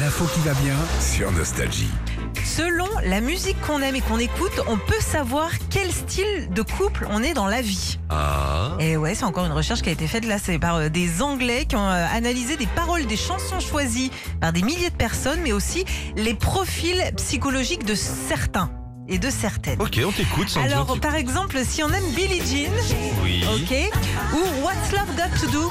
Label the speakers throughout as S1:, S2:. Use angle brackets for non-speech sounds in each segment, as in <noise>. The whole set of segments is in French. S1: l'info qui va bien.
S2: sur Nostalgie.
S3: Selon la musique qu'on aime et qu'on écoute, on peut savoir quel style de couple on est dans la vie.
S2: Ah.
S3: Et ouais, c'est encore une recherche qui a été faite là, c'est par euh, des Anglais qui ont euh, analysé des paroles des chansons choisies par des milliers de personnes, mais aussi les profils psychologiques de certains et de certaines.
S2: Ok, on t'écoute, Sandy. on
S3: Alors,
S2: t'écoute.
S3: par exemple, si on aime Billie Jean,
S2: Oui.
S3: ok, ou What's Love Got to Do,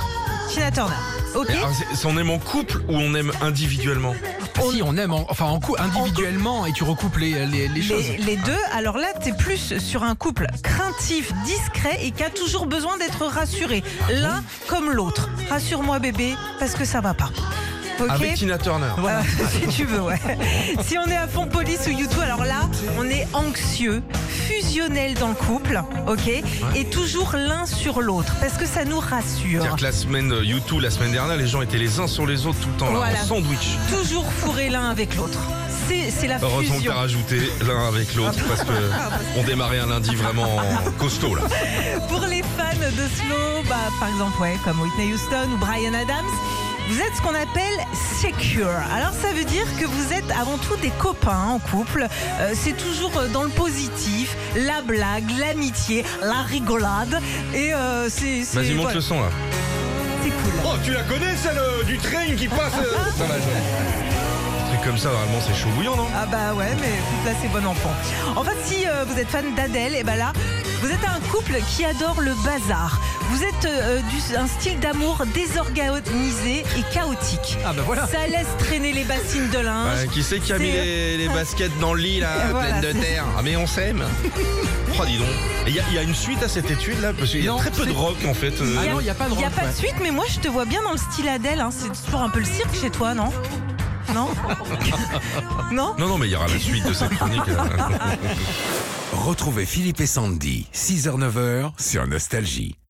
S3: Tina Turner, ok.
S2: Mais alors, Ah, c'est- c'est on aime en couple ou on aime individuellement
S1: Ah, Si on aime, en- enfin en coup individuellement et tu recoupes les, euh, les, les choses.
S3: Les, les deux, alors là, t'es plus sur un couple craintif, discret et qui a toujours besoin d'être rassuré. L'un comme l'autre. Rassure-moi bébé, parce que ça va pas. Ok
S2: Avec Tina Turner.
S3: Euh, <laughs> si tu veux, ouais. si on est à fond police ou YouTube, alors là, on est anxieux, fusionnel dans le couple, ok Et toujours l'un sur l'autre, parce que ça nous rassure.
S2: C'est-à-dire que la semaine euh, YouTube, la semaine dernière, les gens étaient les uns sur les autres tout le temps, là,
S3: Voilà.
S2: en sandwich.
S3: Toujours fourré l'un avec l'autre. C'est c'est la
S2: Heureusement que
S3: fusion.
S2: t'as rajouté l'un avec l'autre parce
S3: <laughs>
S2: que on démarrait un lundi vraiment costaud là.
S3: Pour les fans de slow, bah, par exemple, ouais, comme Whitney Houston ou Brian Adams, vous êtes ce qu'on appelle secure. Alors ça veut dire que vous êtes avant tout des copains en couple. Euh, c'est toujours euh, dans le positif, la blague, l'amitié, la rigolade. Et euh, c'est c'est-
S2: Vas-y, monte
S3: voilà,
S2: le son là.
S3: c'est cool.
S2: Oh, tu la connais celle euh, du train qui passe euh, dans la journée Un truc comme ça, normalement, c'est chaud bouillant, non
S3: Ah bah ouais, mais là c'est bon enfant. En fait, si euh, vous êtes fan d'Adèle, et ben là, vous êtes un couple qui adore le bazar. Vous êtes euh, du- un style d'amour désorganisé et chaotique.
S1: Ah bah voilà.
S3: Ça laisse traîner les bassines de linge.
S2: Ouais, Euh, Qui c'est qui a mis
S3: C'est-
S2: les, les baskets dans le
S1: <laughs>
S2: lit là,
S3: Voilà,
S2: pleines de
S3: c'est-
S2: terre Ah, mais on s'aime Oh, dis donc. Et Il y, a- il y a une suite à cette étude là, parce qu'il y a
S1: Non,
S2: très peu de
S1: c'est-
S2: rock en fait. euh,
S1: Ah non, il n'y a pas de
S3: Il n'y a
S1: rock,
S3: pas
S1: ouais.
S3: de suite, mais moi je te vois bien dans le style Adèle. hein. C'est toujours un peu le cirque chez toi, non
S1: <laughs>
S3: Non Non
S2: Non, non, mais il y aura la suite de cette chronique.
S1: <laughs>
S2: euh.
S4: Retrouvez Philippe et Sandy, 6h-9h sur Nostalgie.